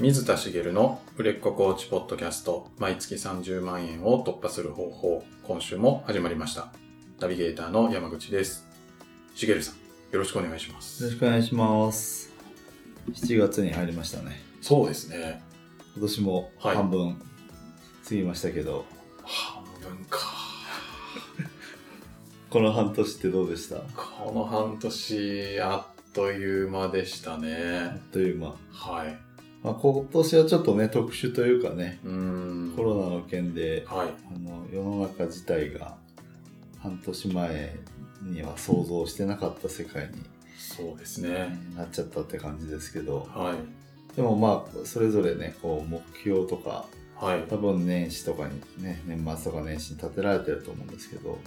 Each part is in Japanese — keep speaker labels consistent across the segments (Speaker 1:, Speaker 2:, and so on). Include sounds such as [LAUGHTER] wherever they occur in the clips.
Speaker 1: 水田茂の売れっ子コーチポッドキャスト毎月30万円を突破する方法今週も始まりましたナビゲーターの山口です茂さんよろしくお願いしま
Speaker 2: よろ
Speaker 1: す
Speaker 2: しくお願いします。7月に入りましたね。
Speaker 1: そうですね
Speaker 2: 今年も
Speaker 1: はい
Speaker 2: 半分過ぎましたけど、
Speaker 1: 半分か
Speaker 2: この半年ってどうでしたあ
Speaker 1: この半年あっという間でしたね
Speaker 2: っという間。
Speaker 1: はい
Speaker 2: まあ、今年はちょっとね、特殊というかね、
Speaker 1: うーん
Speaker 2: コロナの件で、
Speaker 1: はい
Speaker 2: あの世の中自体が半年前には想像してなかった世界
Speaker 1: そうですね
Speaker 2: になっちゃったって感じですけど、
Speaker 1: はい
Speaker 2: でもまあ、それぞれね、こう目標とか、
Speaker 1: はい
Speaker 2: 多分年始とかにね年末とか年始に立てられてると思うんですけど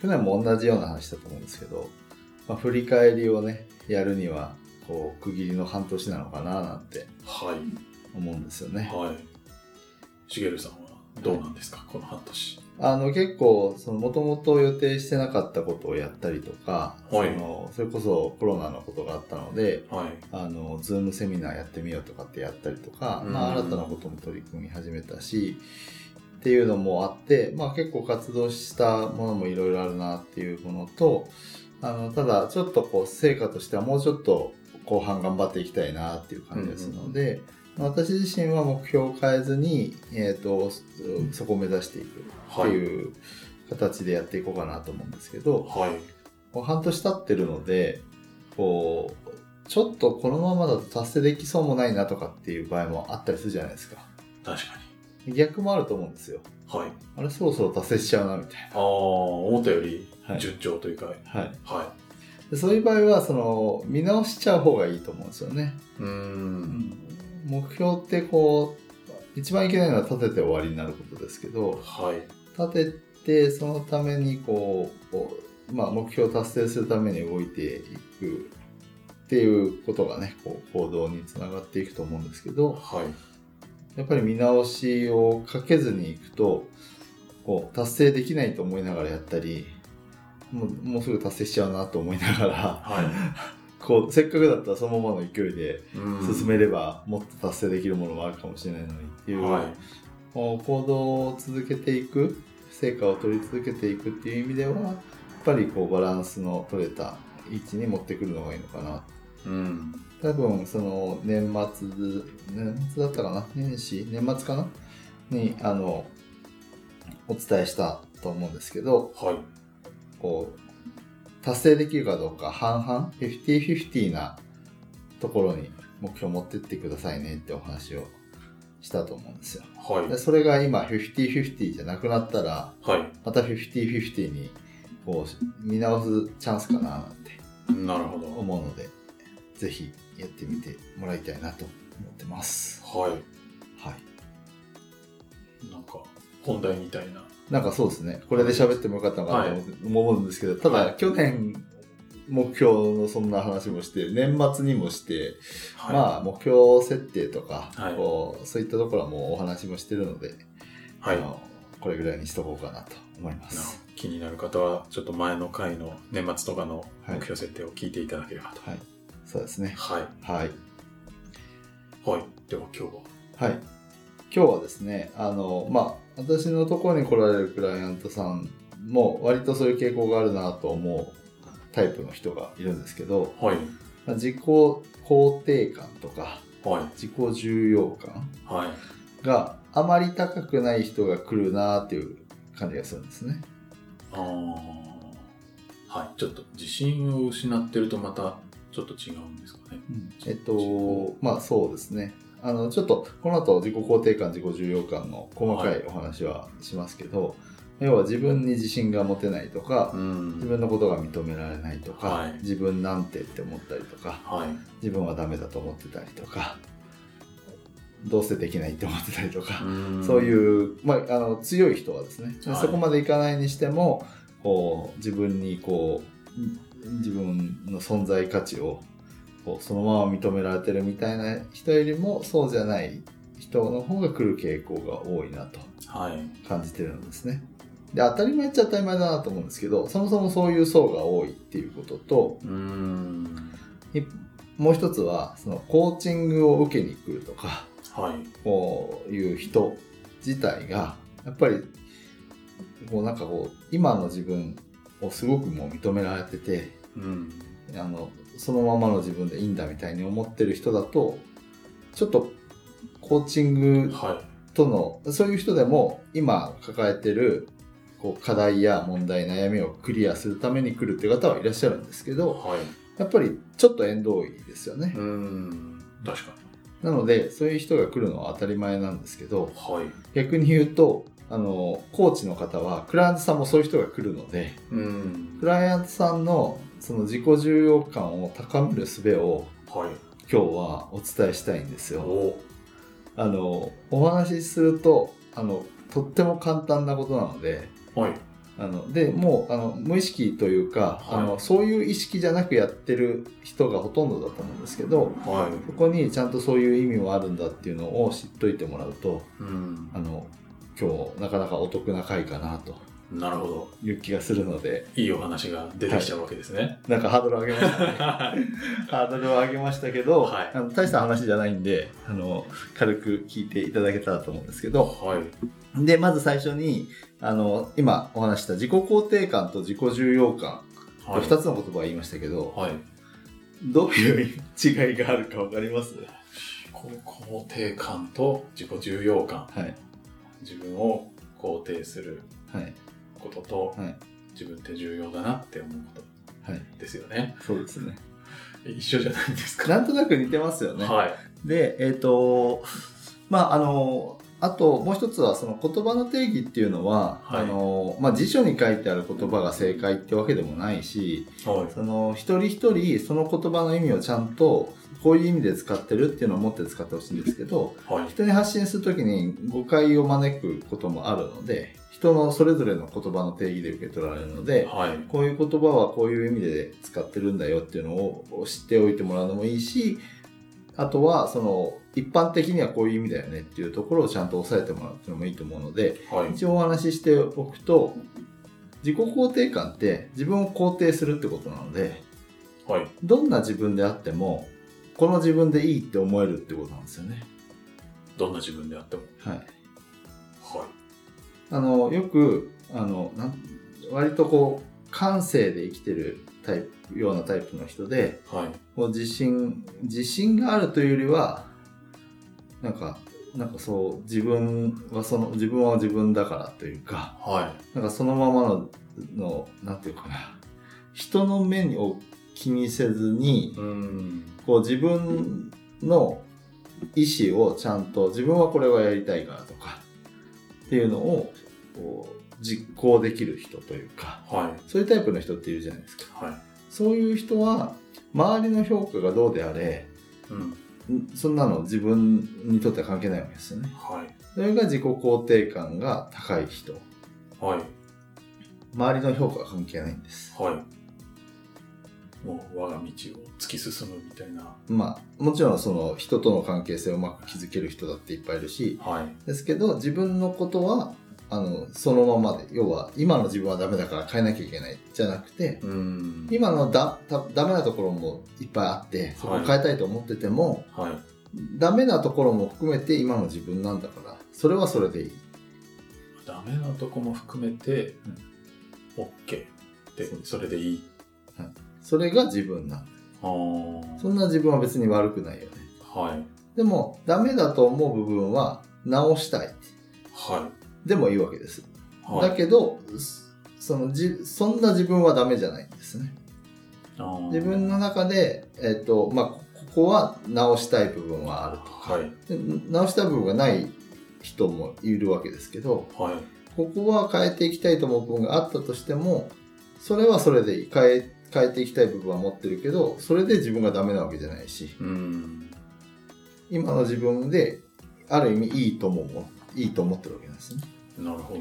Speaker 2: 去年も同じような話だと思うんですけど、まあ、振り返りをねやるにはこう区切りの半年なのかななんて
Speaker 1: はい
Speaker 2: 思うんですよね。
Speaker 1: はい茂さんはどうなんですか、この半年
Speaker 2: あの結構もともと予定してなかったことをやったりとか、
Speaker 1: はい
Speaker 2: そのそれこそコロナのことがあったので
Speaker 1: はい
Speaker 2: あの Zoom セミナーやってみようとかってやったりとか、
Speaker 1: うん
Speaker 2: まあ、新たなことも取り組み始めたしっていうのもあって、まあ、結構活動したものもいろいろあるなっていうものとあのただちょっとこう成果としてはもうちょっと後半頑張っていきたいなっていう感じですので、まあ私自身は目標を変えずに、えー、とそそこを目指していくっていう形でやっていこうかなと思うんですけど、
Speaker 1: はい
Speaker 2: もう半年経ってるのでこうちょっとこのままだと達成できそうもないなとかっていう場合もあったりするじゃないですか
Speaker 1: 確か
Speaker 2: 逆もあると思うんですよ
Speaker 1: にはい
Speaker 2: あれそろそろ達成しちゃうなみたい
Speaker 1: ああ思ったより
Speaker 2: はい
Speaker 1: 順調というかはい、
Speaker 2: な、はい、でそういう場合はその見直しちゃう方がいいと思うんですよね、
Speaker 1: うーん
Speaker 2: 目標ってこう一番いけないのは立てて終わりになることですけど
Speaker 1: はい
Speaker 2: 立ててそのためにこうこうまあ、目標を達成するために動いていくっていうことがねこう行動につながっていくと思うんですけど
Speaker 1: はい
Speaker 2: やっぱり見直しをかけずにいくとこう達成できないと思いながらやったりもうもうすぐ達成しちゃうなと思いながら [LAUGHS]
Speaker 1: は
Speaker 2: こうせっかくだったらそのままの勢いで
Speaker 1: いうん
Speaker 2: 進めればもっと達成できるものもあるかもしれないのにっていう、
Speaker 1: はい
Speaker 2: こう行動を続けていく成果を取り続けていくっていう意味ではやっぱりこうバランスの取れた位置に持ってくるのがいいのかな
Speaker 1: うん
Speaker 2: 多分その年末年末だったかな年始年末かなにあのお伝えしたと思うんですけど
Speaker 1: はい
Speaker 2: こう達成できるかどうか半々50-50なところに目標を持ってってくださいねってお話をしたと思うんですよ
Speaker 1: はい
Speaker 2: でそれが今50-50じゃなくなったら
Speaker 1: はい
Speaker 2: また50-50にこう見直すチャンスかななんて
Speaker 1: なるほど
Speaker 2: 思うのでぜひやってみてもらいたいなと思ってます
Speaker 1: は
Speaker 2: はい
Speaker 1: いなんか本題みたいな
Speaker 2: なんかそうですねこれで喋ってもよかったのかなと思って思うんですけど、ただ去年目標のそんな話もして年末にもして、
Speaker 1: はい、
Speaker 2: まあ目標設定とか、
Speaker 1: はい
Speaker 2: こうそういったところはもうお話もしてるので、
Speaker 1: はい
Speaker 2: あ
Speaker 1: な
Speaker 2: のこれぐらいにしとこうかなと思います
Speaker 1: 気になる方はちょっと前の回の年末とかの
Speaker 2: はい
Speaker 1: 目標設定を聞いていただければと
Speaker 2: はいそうですね
Speaker 1: はい
Speaker 2: はい
Speaker 1: はい、では今日は
Speaker 2: はい、今日はですねあの、まあ、私のところに来られるクライアントさんも割とそういう傾向があるなと思うタイプの人がいるんですけど、
Speaker 1: はい
Speaker 2: まあ自己肯定感とか
Speaker 1: はい
Speaker 2: 自己重要感
Speaker 1: はい
Speaker 2: があまり高くない人が来るなっていう感じがするんですね。
Speaker 1: あーはいちょっと自信を失ってるとまたちょっと違うんですかね
Speaker 2: えっとまあそうですねあのちょっとこの後自己肯定感自己重要感の細かいお話はしますけど、要は自分に自信が持てないとか、
Speaker 1: うん
Speaker 2: 自分のことが認められないとか、
Speaker 1: はい
Speaker 2: 自分なんてって思ったりとか
Speaker 1: はい
Speaker 2: 自分はダメだと思ってたりとかどうせできないって思ってたりとか、そう
Speaker 1: う
Speaker 2: いう、まあ、あの強い人はですね、
Speaker 1: はい
Speaker 2: そこまでいかないにしてもこう自分にこう自分の存在価値をこうそのまま認められてるみたいな人よりもそうじゃない人の方が来る傾向が多いなと
Speaker 1: はい
Speaker 2: 感じてるんですね。で当たり前っちゃ当たり前だなと思うんですけどそもそもそういう層が多いっていうことと
Speaker 1: うーん
Speaker 2: 一もう一つはそのコーチングを受けに来るとか
Speaker 1: はい。
Speaker 2: こういう人自体がやっぱりこうなんかこう今の自分をすごくもう認められてて
Speaker 1: うん。
Speaker 2: あのそのままの自分でいいんだみたいに思ってる人だとちょっとコーチング
Speaker 1: は
Speaker 2: とのそういう人でも今抱えてるこう課題や問題悩みをクリアするために来るっていう方はいらっしゃるんですけ
Speaker 1: い。
Speaker 2: ど
Speaker 1: は
Speaker 2: やっぱりちょっと縁遠いですよね
Speaker 1: い。う、ん。確か
Speaker 2: なのでそういう人が来るのは当たり前なんですけど
Speaker 1: に。はい。
Speaker 2: 逆に言うとあのコーチの方はクライアントさんもそういう人が来るので
Speaker 1: うん
Speaker 2: ク。ライアントさんのその自己重要感を高める術を
Speaker 1: はい。
Speaker 2: 今日はお伝えしたいんですよ。
Speaker 1: お
Speaker 2: あのお話しするとあのとっても簡単なことなので
Speaker 1: はい。
Speaker 2: あのでもうあの無意識というか、
Speaker 1: はい
Speaker 2: あのそういう意識じゃなくやってる人がほとんどだと思うんですけど
Speaker 1: は
Speaker 2: そこにちゃんとそういう意味もあるんだっていうのを知っといてもらうと
Speaker 1: い。うん
Speaker 2: あ。の今日なかなかお得な回かなと
Speaker 1: なるほど。
Speaker 2: いう気がするので
Speaker 1: いいお話が出てきちゃうわけですね。
Speaker 2: なんかハードル上げま
Speaker 1: [LAUGHS]
Speaker 2: したねハードルを上げましたけど、
Speaker 1: はい
Speaker 2: あの大した話じゃないんであの軽く聞いていただけたらと思うんですけど
Speaker 1: はい。
Speaker 2: で、まず最初に、あの、今お話しした自己肯定感と自己重要感、
Speaker 1: はい。
Speaker 2: 2つの言葉を言いましたけど、
Speaker 1: はい。
Speaker 2: どういう違いがあるか分かります
Speaker 1: こう肯定感と自己重要感。
Speaker 2: はい。
Speaker 1: 自分を肯定する
Speaker 2: はい。
Speaker 1: ことと、
Speaker 2: はい。
Speaker 1: 自分って重要だなって思うこ
Speaker 2: はい。
Speaker 1: とですよね。
Speaker 2: そうですね。
Speaker 1: 一緒じゃないですか。
Speaker 2: なんとなく似てますよね。
Speaker 1: はい。
Speaker 2: で、えっ、と、まあ、あの、あともう一つはその言葉の定義っていうのは、
Speaker 1: はい
Speaker 2: あの、まあ、辞書に書いてある言葉が正解ってわけでもないし、
Speaker 1: は
Speaker 2: その一人一人その言葉の意味をちゃんとこういう意味で使ってるっていうのを持って使ってほしいんですけど
Speaker 1: い。はい。
Speaker 2: 人に発信する時に誤解を招くこともあるので人のそれぞれの言葉の定義で受け取られるので
Speaker 1: はい。
Speaker 2: こういう言葉はこういう意味で使ってるんだよっていうのを知っておいてもらうのもいいしあとはその一般的にはこういう意味だよねっていうところをちゃんと押さえてもらうっていうのもいいと思うので
Speaker 1: はい。
Speaker 2: 一応お話ししておくと自己肯定感って自分を肯定するってことなので
Speaker 1: はい。
Speaker 2: どんな自分であってもこの自分でいいって思えるってことなんですよね。
Speaker 1: どんな自分であっても。
Speaker 2: はい、
Speaker 1: は
Speaker 2: あのよくあのなん割とこう感性で生きてるタイプようなタイプの人で
Speaker 1: い。はい。
Speaker 2: もう自信自信があるというよりはなんかなんかそう自分はその自分は自分だからというか。
Speaker 1: は
Speaker 2: なんかそのままの、の、なんていうかな。人の目を気にせずに
Speaker 1: い。、うん。
Speaker 2: こう自分の意思をちゃんと、自分はこれはやりたいからとか、っていうのを、こう実行できる人というか、
Speaker 1: はい。
Speaker 2: そういうタイプの人っているじゃないですか。
Speaker 1: は
Speaker 2: そういう人は、周りの評価がどうであれ、
Speaker 1: い。うん。
Speaker 2: んそんなの自分にとっては関係ないわけですよね。
Speaker 1: はい。
Speaker 2: それが自己肯定感が高い人。
Speaker 1: はい。
Speaker 2: 周りの評価は関係ないんです。
Speaker 1: はい。もう我が道を突き進むみたいな。
Speaker 2: まあ、もちろんその人との関係性をうまく築ける人だっていっぱいいるし
Speaker 1: はい。
Speaker 2: ですけど自分のことはあのそのままで要は今の自分はダメだから変えなきゃいけないじゃなくて
Speaker 1: うん。
Speaker 2: 今のだだダメなところもいっぱいあってそこを変えたいと思ってても、
Speaker 1: はい。
Speaker 2: ダメなところも含めて今の自分なんだからそれはそれでいい
Speaker 1: ダメなとこも含めて、OK で
Speaker 2: そう
Speaker 1: それでいい。
Speaker 2: それが自分なんだ
Speaker 1: ああ。
Speaker 2: そんな自分は別に悪くないよね
Speaker 1: はい。
Speaker 2: でもダメだと思う部分は直したい
Speaker 1: は
Speaker 2: でもいいわけです
Speaker 1: い。はい。
Speaker 2: だけどそのじそんな自分はダメじゃないんですね
Speaker 1: あー
Speaker 2: 自分の中で、えっとまあ、こここは直したい部分はある
Speaker 1: はい。
Speaker 2: で直したい部分がない人もいるわけですけど
Speaker 1: はい。
Speaker 2: ここは変えていきたいと思う部分があったとしてもそれはそれでいい変え変えていきたい部分は持ってるけどそれで自分がダメなわけじゃないし
Speaker 1: うん。
Speaker 2: 今の自分である意味いいと思ういいと思ってるわけなんですね
Speaker 1: なるほ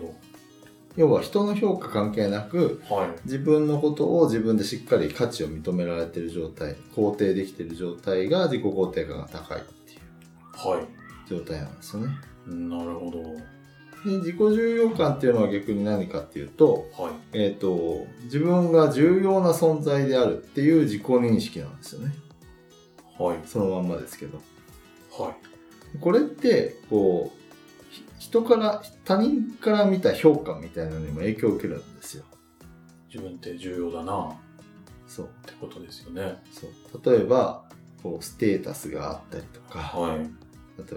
Speaker 2: 要は人の評価関係なく
Speaker 1: ど。はい。
Speaker 2: 自分のことを自分でしっかり価値を認められてる状態肯定できてる状態が自己肯定感が高いっていう
Speaker 1: はい。
Speaker 2: 状態なんですよね
Speaker 1: なるほ
Speaker 2: で自己重要感っていうのは逆に何かっていうと,、
Speaker 1: ど。はい。
Speaker 2: えー、と自分が重要な存在であるっていう自己認識なんですよね
Speaker 1: はい。
Speaker 2: そのまんまですけど
Speaker 1: はい。
Speaker 2: これってこうひ人から他人から見た評価みたいなのにも影響を受けるんですよ
Speaker 1: 自分って重要だなっ
Speaker 2: そう
Speaker 1: てことですよね。
Speaker 2: そう例えばこうステータスがあったりとか
Speaker 1: はい。
Speaker 2: 例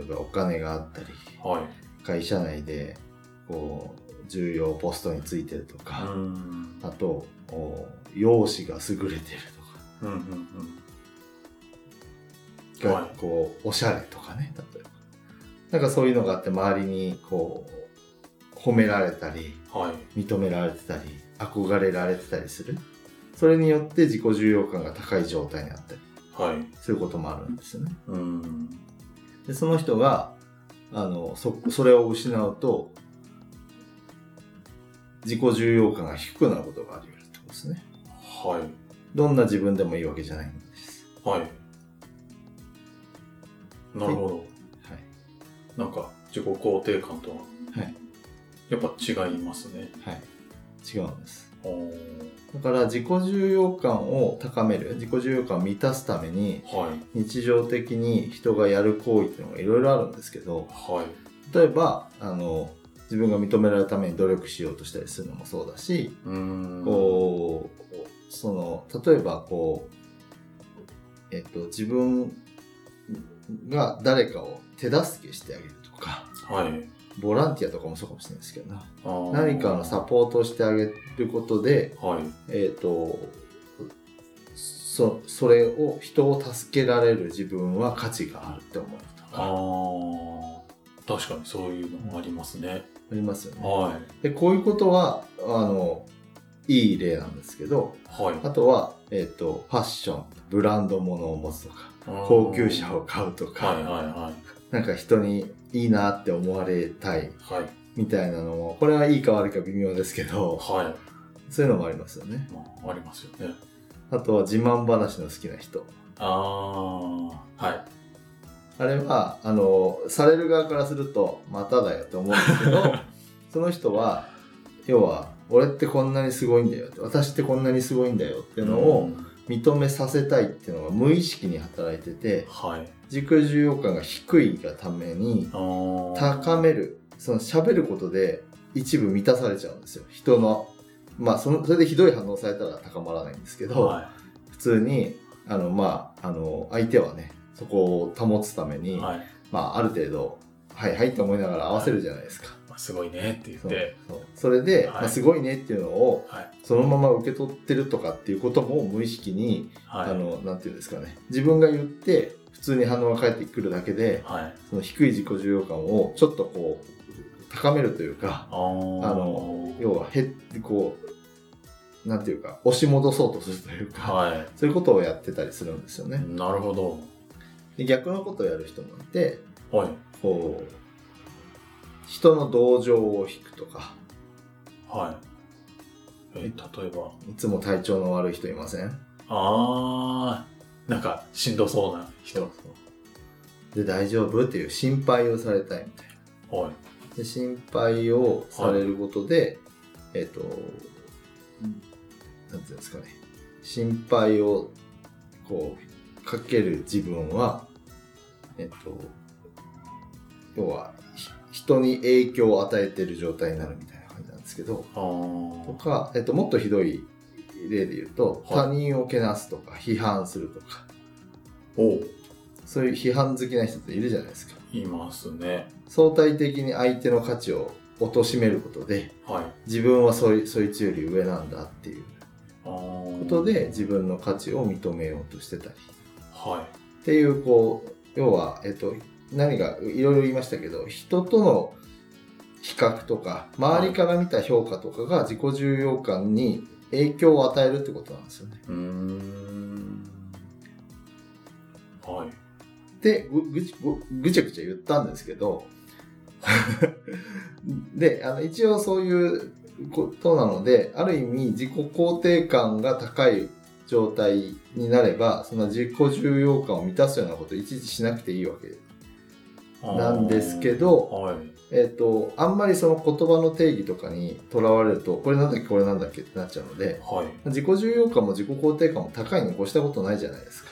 Speaker 2: えばお金があったり
Speaker 1: はい。
Speaker 2: 会社内でこう重要ポストについてると
Speaker 1: うー
Speaker 2: か、
Speaker 1: ん。
Speaker 2: あとお容姿が優れてる
Speaker 1: うんうん
Speaker 2: とか、
Speaker 1: はい
Speaker 2: こうおしゃれとかね例えばなんかそういうのがあって周りにこう褒められたり
Speaker 1: うん。はい。
Speaker 2: 認められてたり憧れられてたりするそれによって自己重要感が高い状態にあったり
Speaker 1: はい。
Speaker 2: することもあるんですよね
Speaker 1: うーん。
Speaker 2: でその人があのそそれを失うと自己重要感が低くなることがあり得るってことですね
Speaker 1: はい。
Speaker 2: どんな自分でもいいわけじゃないんです、
Speaker 1: はい。なるほど。
Speaker 2: はい、
Speaker 1: なんか自己肯定感とは、
Speaker 2: はい
Speaker 1: やっぱ違いますね。
Speaker 2: はい、違うんです
Speaker 1: お
Speaker 2: だから自己重要感を高める自己重要感を満たすために
Speaker 1: はい
Speaker 2: 日常的に人がやる行為っていうのがいろいろあるんですけど
Speaker 1: はい
Speaker 2: 例えばあの自分が認められるために努力しようとしたりするのもそうだし、
Speaker 1: うーん
Speaker 2: こうその例えばこう、えっと、自分が誰かを手助けしてあげるとか
Speaker 1: はい
Speaker 2: ボランティアとかもそうかもしれないですけどな
Speaker 1: あー
Speaker 2: 何かのサポートをしてあげることで
Speaker 1: はい
Speaker 2: えっ、とそそれを人を助けられる自分は価値があるって思うと
Speaker 1: あ
Speaker 2: かあ
Speaker 1: ー確かにそういうのもありますね、
Speaker 2: りますよね。
Speaker 1: は
Speaker 2: でこういうことはあのいい例なんですけど
Speaker 1: いはい
Speaker 2: あとは、えっとファッションブランド物を持つとか高級車を買うとか、
Speaker 1: はいはいは
Speaker 2: なんか人にいいなって思われたい
Speaker 1: いはい
Speaker 2: みたいなのもこれはいいか悪いか微妙ですけど [LAUGHS]
Speaker 1: はい、
Speaker 2: そういうのもありますよね。
Speaker 1: まあ、ありますよね
Speaker 2: あとは自慢話の好きな人
Speaker 1: ああはい
Speaker 2: あれはあのされる側からするとまただよと思うんですけ
Speaker 1: [LAUGHS]
Speaker 2: どその人は要は俺ってこんなにすごいんだよって私ってこんなにすごいんだよっていうのを
Speaker 1: うん
Speaker 2: 認めさせたいっていうのが無意識に働いてて
Speaker 1: はい
Speaker 2: 自己重要感が低いがために
Speaker 1: あー
Speaker 2: 高めるその喋ることで一部満たされちゃうんですよ人のまあそのそれでひどい反応されたら高まらないんですけど、
Speaker 1: は
Speaker 2: 普通にあのまああの相手はねそこを保つため
Speaker 1: い、
Speaker 2: に、
Speaker 1: はい
Speaker 2: まあある程度はいはいって思いながら合わせるじゃないですか。
Speaker 1: まあ、すごいねって言っ
Speaker 2: そう
Speaker 1: て
Speaker 2: そうそれで、
Speaker 1: はい
Speaker 2: まあ、すごいねっていうのを
Speaker 1: はい
Speaker 2: そのまま受け取ってるとかっていうことも無意識に、
Speaker 1: はい
Speaker 2: あのなんていうんですかね自分が言って普通に反応が返ってくるだけで
Speaker 1: はい
Speaker 2: その低い自己重要感をちょっとこう高めるというか
Speaker 1: あー
Speaker 2: あの要はへこうなんていうか押し戻そうとするというか、
Speaker 1: は
Speaker 2: そういうことをやってたりするんですよね。
Speaker 1: いなるほど
Speaker 2: で逆のことをやる人もいて
Speaker 1: はい
Speaker 2: こう人の同情を引くとか
Speaker 1: はい。え、例えば。
Speaker 2: いつも体調の悪い人いません
Speaker 1: あー、なんかしんどそうな人。
Speaker 2: で大丈夫っていう心配をされたいみたい
Speaker 1: はい。
Speaker 2: なで心配をされることで、えっ、となんていうんですかね心配をこうかける自分はえっ、と要はひ人に影響を与えてる状態になるみたいな感じなんですけど、
Speaker 1: あ
Speaker 2: と
Speaker 1: ー、
Speaker 2: か、えっと、もっとひどい例で言うと、
Speaker 1: はい
Speaker 2: 他人をけなすとか批判するとか
Speaker 1: お
Speaker 2: そういう批判好きな人っているじゃないですか
Speaker 1: いますね。
Speaker 2: 相対的に相手の価値を貶めることで
Speaker 1: はい。
Speaker 2: 自分はそいそいつより上なんだっていう
Speaker 1: あー
Speaker 2: こと、で自分の価値を認めようとしてたり
Speaker 1: は
Speaker 2: っていうこう要は、えっと、何かいろいろ言いましたけど人との比較とか周りから見た評価とかが自己重要感に影響を与えるってことなんですよね。
Speaker 1: い。うーん。はい。
Speaker 2: でぐぐちぐぐちゃぐちゃ言ったんですけど [LAUGHS] であの一応そういうことなのである意味自己肯定感が高い状態になればその自己重要感を満たすようなことをいちいちしなくていいわけ
Speaker 1: あー
Speaker 2: なんですけど
Speaker 1: はい。
Speaker 2: えっ、とあんまりその言葉の定義とかにとらわれるとこれなんだっけこれなんだっけってなっちゃうので
Speaker 1: はい。
Speaker 2: 自己重要感も自己肯定感も高いに越したことないじゃないですか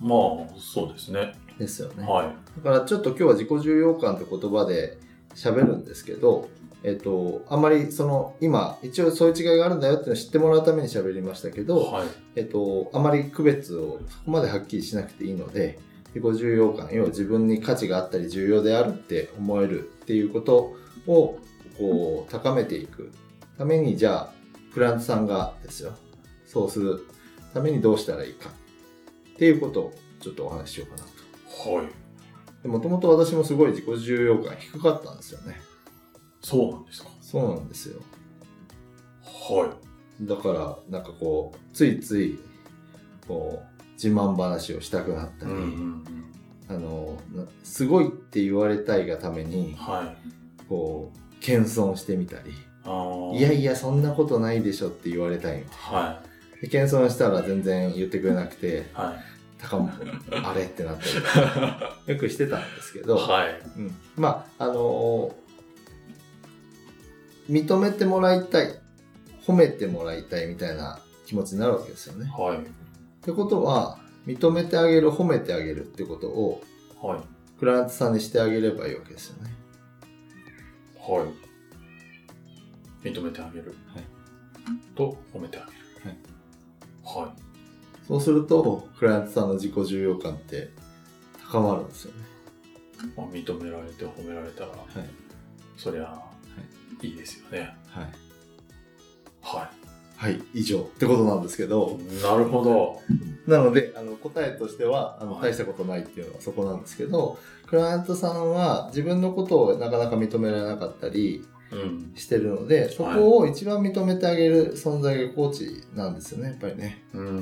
Speaker 1: まあ、そうですね。
Speaker 2: ですよね。
Speaker 1: は
Speaker 2: だからちょっと今日は自己重要感って言葉で喋るんですけど、えっと、あんまりその今一応そういう違いがあるんだよっていうのを知ってもらうために喋りましたけ
Speaker 1: い。
Speaker 2: ど、
Speaker 1: はい。
Speaker 2: えっと、あまり区別をそこまではっきりしなくていいので自己重要感要は自分に価値があったり重要であるって思えるっていうことをこう高めていくためにじゃあクライアントさんがですよそうするためにどうしたらいいかっていうことをちょっとお話ししようかなと。
Speaker 1: はい。
Speaker 2: もともと私もすごい自己重要感低かったんですよね。
Speaker 1: そうなんですか。
Speaker 2: そうなんですよ。
Speaker 1: は
Speaker 2: だから、なんかこう、ついつい、こう、自慢話をしたくなっ
Speaker 1: い。
Speaker 2: た
Speaker 1: うん
Speaker 2: り、
Speaker 1: うん
Speaker 2: あの、なすごいって言われたいがため
Speaker 1: うん。
Speaker 2: に、
Speaker 1: はい。
Speaker 2: こう、謙遜してみたり、
Speaker 1: ああ。
Speaker 2: いやいや、そんなことないでしょって言われたい。
Speaker 1: は
Speaker 2: で謙遜したら全然言ってくれなくて、
Speaker 1: い。はい。
Speaker 2: 高も、あれってなった
Speaker 1: は
Speaker 2: り、よくしてたんですけど、
Speaker 1: い。
Speaker 2: うん、まああのー認めてもらいたい褒めてもらいたいみたいな気持ちになるわけですよね。
Speaker 1: はい。
Speaker 2: ってことは認めてあげる褒めてあげるってことを
Speaker 1: はい。
Speaker 2: クライアントさんにしてあげればいいわけですよね。
Speaker 1: はい。認めてあげる。
Speaker 2: はい
Speaker 1: と、褒めてあげる。はい。
Speaker 2: そうするとクライアントさんの自己重要感って高まるんですよね。
Speaker 1: まあ、認められて褒められたら、そりゃ、い、いですよね。
Speaker 2: はい、
Speaker 1: は
Speaker 2: はい、以上ってことなんですけ
Speaker 1: い
Speaker 2: ど。
Speaker 1: なるほど。
Speaker 2: なのであの答えとしてはあの
Speaker 1: はい
Speaker 2: 大したことないっていうのはそこなんですけど、クライアントさんは自分のことをなかなか認められなかったり
Speaker 1: うん。
Speaker 2: してるのでそこを一番認めてあげる存在がコーチなんですよねやっぱりね。
Speaker 1: う。
Speaker 2: うん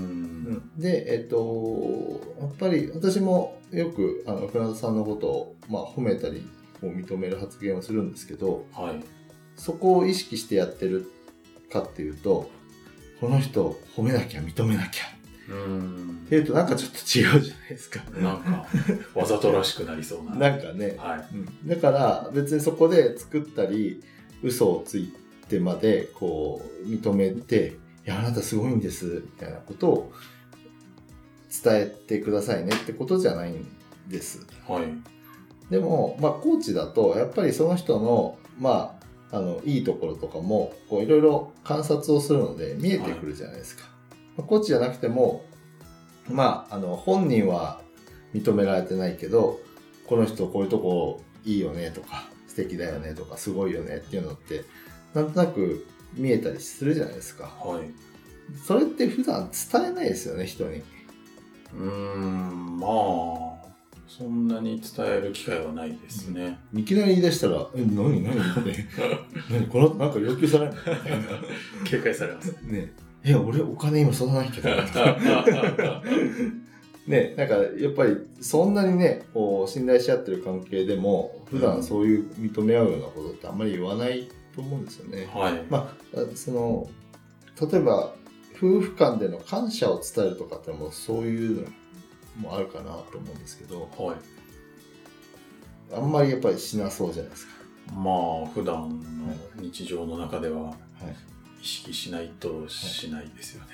Speaker 2: ん、でえっとやっぱり私もよくあのクライアントさんのことを、まあ、褒めたりこう認める発言をするんですけど
Speaker 1: はい。
Speaker 2: そこを意識してやってるかっていうとこの人を褒めなきゃ認めなきゃ
Speaker 1: うん
Speaker 2: って。いうとなんかちょっと違うじゃないですか。
Speaker 1: なんか、わざとらしくなりそうな。
Speaker 2: なんかね、
Speaker 1: はい。
Speaker 2: だから別にそこで作ったり嘘をついてまでこう認めて「いやあなたすごいんです」みたいなことを伝えてくださいねってことじゃないんです。
Speaker 1: はい。
Speaker 2: でも、まあ、コーチだとやっぱりその人の,、まあ、あのいいところとかもこういろいろ観察をするので見えてくるじゃないですか。まあコーチじゃなくても、まあ、あの本人は認められてないけどこの人こういうとこいいよねとか素敵だよねとかすごいよねっていうのってなんとなく見えたりするじゃないですか。
Speaker 1: はい。
Speaker 2: それって普段伝えないですよね人に。
Speaker 1: うん、まあ、そんなに伝える機会はないですね。
Speaker 2: いきなり言い出したら「え何何?」って「何この後なんか要求されるの?」みたいな。
Speaker 1: 警戒されます。
Speaker 2: ねえ、俺お金今そんなないけど。 [LAUGHS] ねなんかやっぱりそんなにね、こう信頼し合ってる関係でも、普段そういう認め合うようなことってあんまり言わないと思うんですよね。
Speaker 1: はい。
Speaker 2: まあ、その、例えば夫婦間での感謝を伝えるとかってもうそういうのもあるかなと思うんですけど、
Speaker 1: はい。
Speaker 2: あんまりやっぱりしなそうじゃないですか。
Speaker 1: まあ普段の日常の中では
Speaker 2: はい
Speaker 1: 意識しないとしないですよね。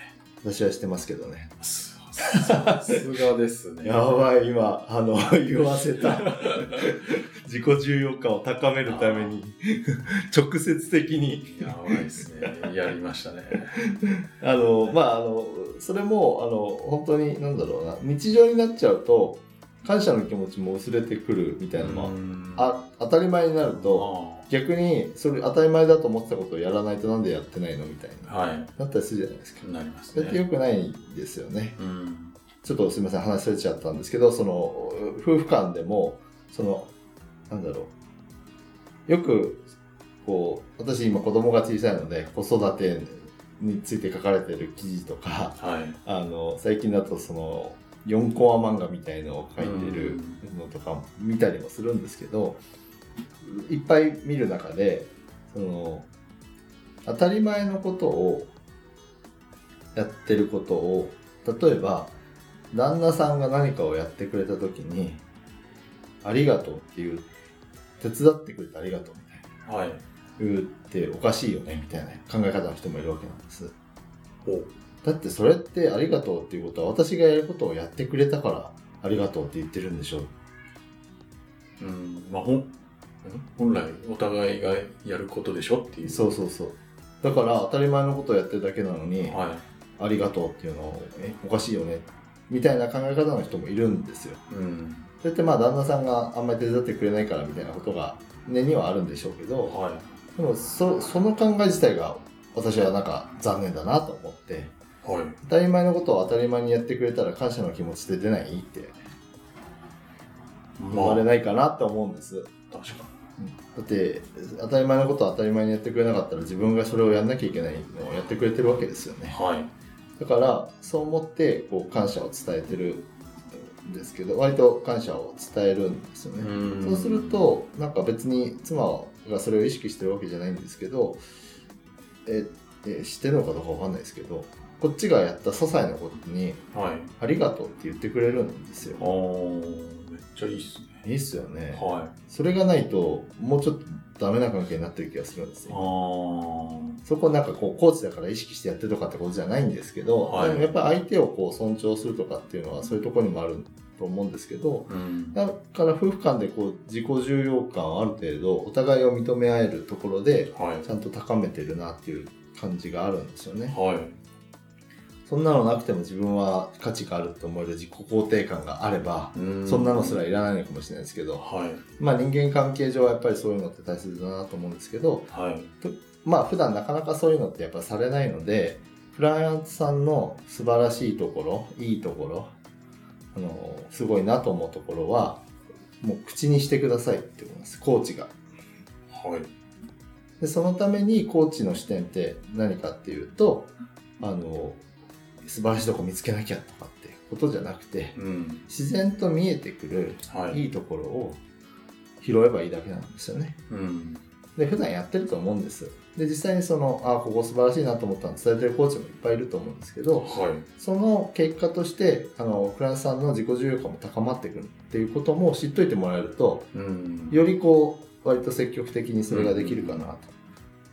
Speaker 2: 私はしてますけどね。
Speaker 1: すさすがですね。
Speaker 2: やばい、今、あの、 [LAUGHS] 言わせた。 [LAUGHS] 自己重要感を高めるために、直接的に、
Speaker 1: やばいですね。やりましたね。
Speaker 2: あの、まあ、あの、それも、あの、本当に、なんだろうな、日常になっちゃうと、感謝の気持ちも薄れてくるみたいなのが、
Speaker 1: あ
Speaker 2: あ当たり前になると、逆に、それ当たり前だと思ってたことをやらないとなんでやってないのみたい
Speaker 1: あ
Speaker 2: な、
Speaker 1: は
Speaker 2: なったりするじゃないですか。
Speaker 1: い。なります
Speaker 2: それって
Speaker 1: ね。
Speaker 2: 良くないですよね。
Speaker 1: うん。
Speaker 2: ちょっとすみません話されちゃったんですけどその夫婦間でもそのなんだろうよくこう私今子供が小さいので子育てについて書かれてる記事とか
Speaker 1: はい。
Speaker 2: あの最近だとその4コア漫画みたいのを書いてるのとか見たりもするんですけどいっぱい見る中でその当たり前のことをやってることを例えば旦那さんが何かをやってくれた時に「ありがとう」っていう「手伝ってくれてありがとう」みたいな
Speaker 1: はい。
Speaker 2: 言うっておかしいよねみたいな考え方の人もいるわけなんです。
Speaker 1: お
Speaker 2: だってそれってありがとうっていうことは私がやることをやってくれたからありがとうって言ってるんでしょ
Speaker 1: うん、まあ、ほん本来お互いがやることでしょっていう。
Speaker 2: そうそうそうだから当たり前のことをやってるだけなのに
Speaker 1: は
Speaker 2: ありがとうっていうのをえおかしいよねみたいな考え方の人もいるんですよ
Speaker 1: い。うん。
Speaker 2: それってまあ旦那さんがあんまり手伝ってくれないからみたいなことが根にはあるんでしょうけど
Speaker 1: は
Speaker 2: でもそその考え自体が私はなんか残念だなと思って
Speaker 1: い。はい。
Speaker 2: 当たり前のことを当たり前にやってくれたら感謝の気持ちって出ないって生
Speaker 1: ま
Speaker 2: ま
Speaker 1: あ
Speaker 2: れ、ないかなって思うんです、
Speaker 1: 確か
Speaker 2: だって当たり前のことを当たり前にやってくれなかったら自分がそれをやんなきゃいけないのをやってくれてるわけですよ
Speaker 1: に。
Speaker 2: ね
Speaker 1: はい。
Speaker 2: だからそう思ってこう感謝を伝えてるんですけど割と感謝を伝えるんですよね、
Speaker 1: ん
Speaker 2: そうする、となんか別に妻がそれを意識してるわけじゃないんですけどええしてるのかどうかわかんないですけどこっちがやった些細なことに
Speaker 1: はい。
Speaker 2: 「ありがとう」って言ってくれるんですよ
Speaker 1: あ。ー、めっちゃいいっすね。
Speaker 2: いいっすよね。
Speaker 1: はい。
Speaker 2: それがないともうちょっとダメな関係になってる気がするんです
Speaker 1: あ
Speaker 2: よ。
Speaker 1: ー、
Speaker 2: そこなんかこうコーチだから意識してやってとかってことじゃないんですけど、
Speaker 1: はい
Speaker 2: でもやっぱり相手をこう尊重するとかっていうのはそういうところにもあると思うんですけど
Speaker 1: うん。
Speaker 2: だから夫婦間でこう自己重要感をある程度お互いを認め合えるところで
Speaker 1: はい。
Speaker 2: ちゃんと高めてるなっていう感じがあるんですよね。
Speaker 1: はい。
Speaker 2: そんなのなくても自分は価値があると思える自己肯定感があれば、
Speaker 1: うん
Speaker 2: そんなのすらいらないのかもしれないですけど、
Speaker 1: はい。
Speaker 2: まあ人間関係上はやっぱりそういうのって大切だなと思うんですけど、
Speaker 1: はい。
Speaker 2: まあ普段なかなかそういうのってやっぱされないので、クライアントさんの素晴らしいところ、いいところ、あの、すごいなと思うところは、もう口にしてくださいって思います、コーチが。
Speaker 1: はい。
Speaker 2: でそのためにコーチの視点って何かっていうとあの素晴らしいとこ見つけなきゃとかってことじゃなくて
Speaker 1: うん。
Speaker 2: 自然と見えてくる
Speaker 1: はい。
Speaker 2: いいところを拾えばいいだけなんですよね。
Speaker 1: うん。
Speaker 2: で普段やってると思うんです。で実際にそのあここ素晴らしいなと思ったの伝えてるコーチもいっぱいいると思うんですけど
Speaker 1: は
Speaker 2: その結果としてあのクライアントさんの自己重要感も高まってくるっていうことも知っといてもらえると
Speaker 1: い。うん。
Speaker 2: よりこう割と積極的にそれができるかなと、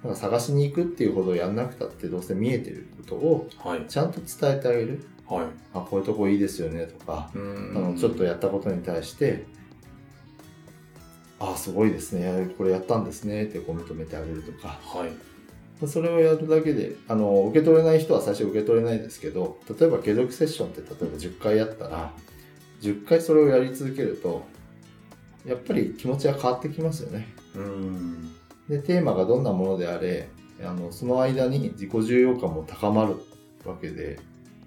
Speaker 2: なんか探しに行くっていうほどやんなくたってどうせ見えてることを
Speaker 1: はい。
Speaker 2: ちゃんと伝えてあげる
Speaker 1: は
Speaker 2: あこういうとこいいですよねとか、
Speaker 1: い。う
Speaker 2: あのちょっとやったことに対してあすごいですねこれやったんですねってこう認めてあげるとか
Speaker 1: はい。
Speaker 2: それをやるだけであの受け取れない人は最初受け取れないですけど例えば継続セッションって例えば10回やったら10回それをやり続けるとやっぱり気持ちは変わってきますよね。
Speaker 1: うん。
Speaker 2: でテーマがどんなものであれあのその間に自己重要感も高まるわけで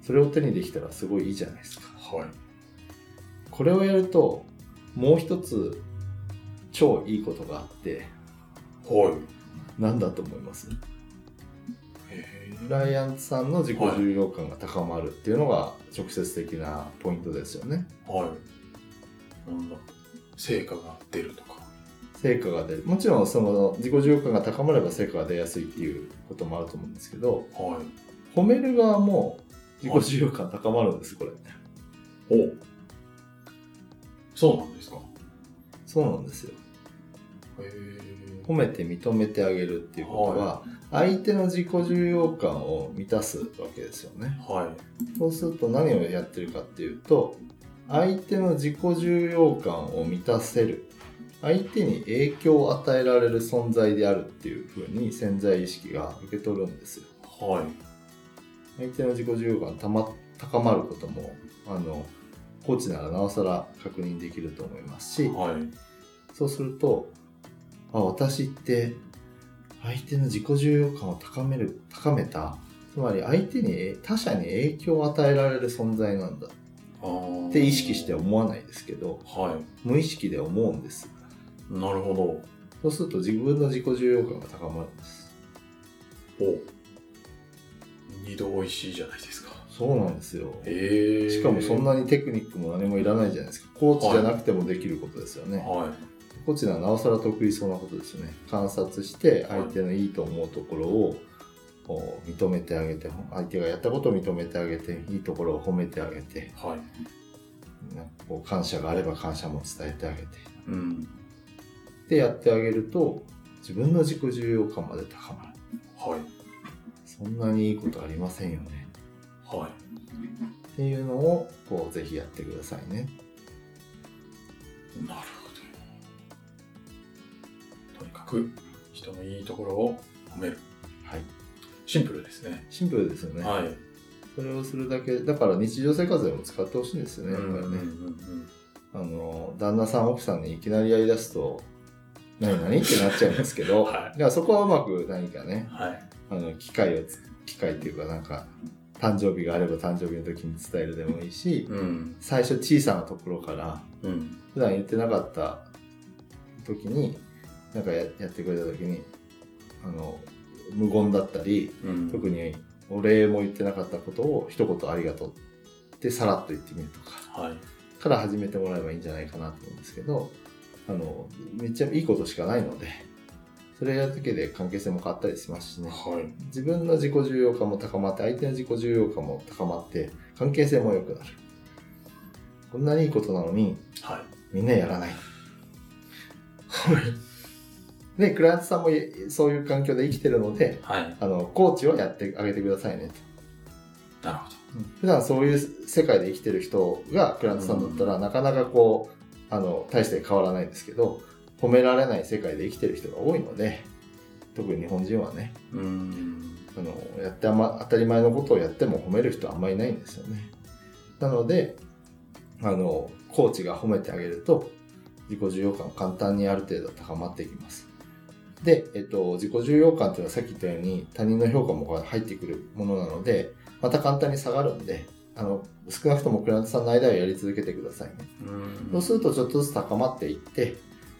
Speaker 2: それを手にできたらすごいいいじゃないですか
Speaker 1: はい。
Speaker 2: これをやるともう一つ超いいことがあって
Speaker 1: はい。
Speaker 2: 何だと思います
Speaker 1: へ
Speaker 2: クライアントさんの自己重要感が高まるっていうのが直接的なポイントですよね
Speaker 1: ーはい。なんだ。成果が出るとか。
Speaker 2: 成果が出るもちろんその自己重要感が高まれば成果が出やすいっていうこともあると思うんですけど
Speaker 1: はい。
Speaker 2: 褒める側も自己重要感高まるんですこれ
Speaker 1: おそうなんですか。
Speaker 2: そうなんですよ
Speaker 1: へえ。
Speaker 2: 褒めて認めてあげるっていうことは、相手の自己重要感を満たすわけですよね
Speaker 1: は
Speaker 2: そうすると何をやってるかっていうと相手の自己重要感を満たせる相手に影響を与えられる存在であるっていう風に潜在意識が受け取るんですよ
Speaker 1: い。はい。
Speaker 2: 相手の自己重要感た、ま、高まることもあのコーチならなおさら確認できると思いますし
Speaker 1: はい。
Speaker 2: そうすると、あ、私って相手の自己重要感を高める、高めた。つまり相手に、他者に影響を与えられる存在なんだっ
Speaker 1: あー
Speaker 2: て意識して思わないですけど、
Speaker 1: は
Speaker 2: 無意識で思うんです。
Speaker 1: い。なるほ
Speaker 2: そうすると自分の自己重要感が高まるんです。
Speaker 1: ど。お二度おいしいじゃないですか。
Speaker 2: そうなんですよ。
Speaker 1: へえ。
Speaker 2: しかもそん
Speaker 1: な。
Speaker 2: なにテクニックも何もいらないじゃないですか。コーチじゃなくてもできることですよね。
Speaker 1: は
Speaker 2: コーチならなおさら得意そうなことですよね観察して相手のいいと思うところをこう認めてあげて相手がやったことを認めてあげていいところを褒めてあげて
Speaker 1: い。はい。
Speaker 2: なんかこう感謝があれば感謝も伝えてあげて
Speaker 1: うん。
Speaker 2: でやってあげると自分の自己重要感まで高まる
Speaker 1: はい。
Speaker 2: そんなにいいことありませんよね
Speaker 1: はい。
Speaker 2: っていうのをこうぜひやってくださいね。
Speaker 1: なるほど。とにかく、人のいいところを褒める。
Speaker 2: はい、
Speaker 1: シンプルですね。
Speaker 2: シンプルですよね。
Speaker 1: はい。
Speaker 2: それをするだけだから日常生活でも使ってほしいんですよね。やっぱり
Speaker 1: うんうん
Speaker 2: ね、
Speaker 1: うん
Speaker 2: あの旦那さん奥さんにいきなりやりだすと何何ってなっちゃうんですけ
Speaker 1: [LAUGHS]
Speaker 2: ど、
Speaker 1: はい
Speaker 2: だからそこはうまく何かね
Speaker 1: はい。
Speaker 2: あの機会をつ機会っていうかなんか誕生日があれば誕生日の時に伝えるでもいいし、
Speaker 1: うん。
Speaker 2: 最初小さなところから
Speaker 1: うん。
Speaker 2: 普段言ってなかった時になんかややってくれた時にあの無言だったり
Speaker 1: うん。
Speaker 2: 特にお礼も言ってなかったことを一言ありがとうってさらっと言ってみるとか
Speaker 1: はい。
Speaker 2: から始めてもらえばいいんじゃないかなと思うんですけどあのめっちゃいいことしかないのでそれやるだけで関係性も変わったりしますしね
Speaker 1: はい。
Speaker 2: 自分の自己重要感も高まって相手の自己重要感も高まって関係性も良くなるこんなにいいことなのに
Speaker 1: はい。
Speaker 2: みんなやらない
Speaker 1: はい。
Speaker 2: でクライアントさんもいそういう環境で生きてるので
Speaker 1: はい。
Speaker 2: あのコーチをやってあげてくださいねと
Speaker 1: なるほ
Speaker 2: 普段そういう世界で生きてる人がクライアントさんだったら、なかなかこうあの大して変わらないですけど褒められない世界で生きてる人が多いので特に日本人はね
Speaker 1: ど。うん。
Speaker 2: あのやってあま当たり前のことをやっても褒める人はあんまりいないんですよねなのであのコーチが褒めてあげると自己重要感簡単にある程度高まっていきますで、えっと、自己重要感っていうのはさっき言ったように他人の評価も入ってくるものなのでまた簡単に下がるんであの少なくともクライアントさんの間はやり続けてくださいね
Speaker 1: うん
Speaker 2: そうするとちょっとずつ高まっていって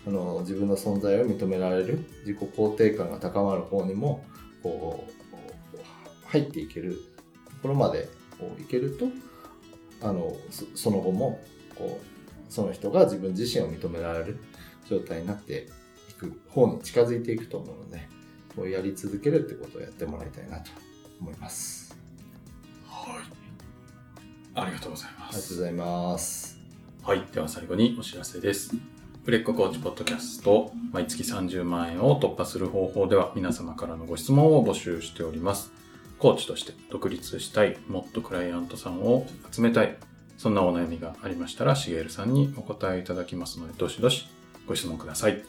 Speaker 2: あの自分の存在を認められる自己肯定感が高まる方にもこう入っていけるところまでこういけるとあのそその後もこうその人が自分自身を認められる状態になっていく方に近づいていくと思うのでこうやり続けるってことをやってもらいたいなと思います。
Speaker 1: はい。ありがとうございま
Speaker 2: ありがとう
Speaker 1: す
Speaker 2: ご。ざいます。
Speaker 1: はい。では最後にお知らせです。売れっ子コーチポッドキャスト、毎月30万円を突破する方法では皆様からのご質問を募集しております。コーチとして独立したい、もっとクライアントさんを集めたい、そんなお悩みがありましたら、しげるさんにお答えいただきますので、どしどしご質問ください。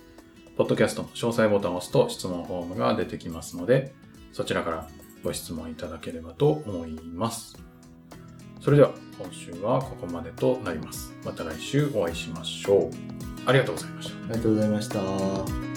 Speaker 1: ポッドキャストの詳細ボタンを押すと質問フォームが出てきますので、そちらからご質問いただければと思います。それでは今週はここまでとなります。また来週お会いしましょう。ありがとうございました。
Speaker 2: ありがとうございました。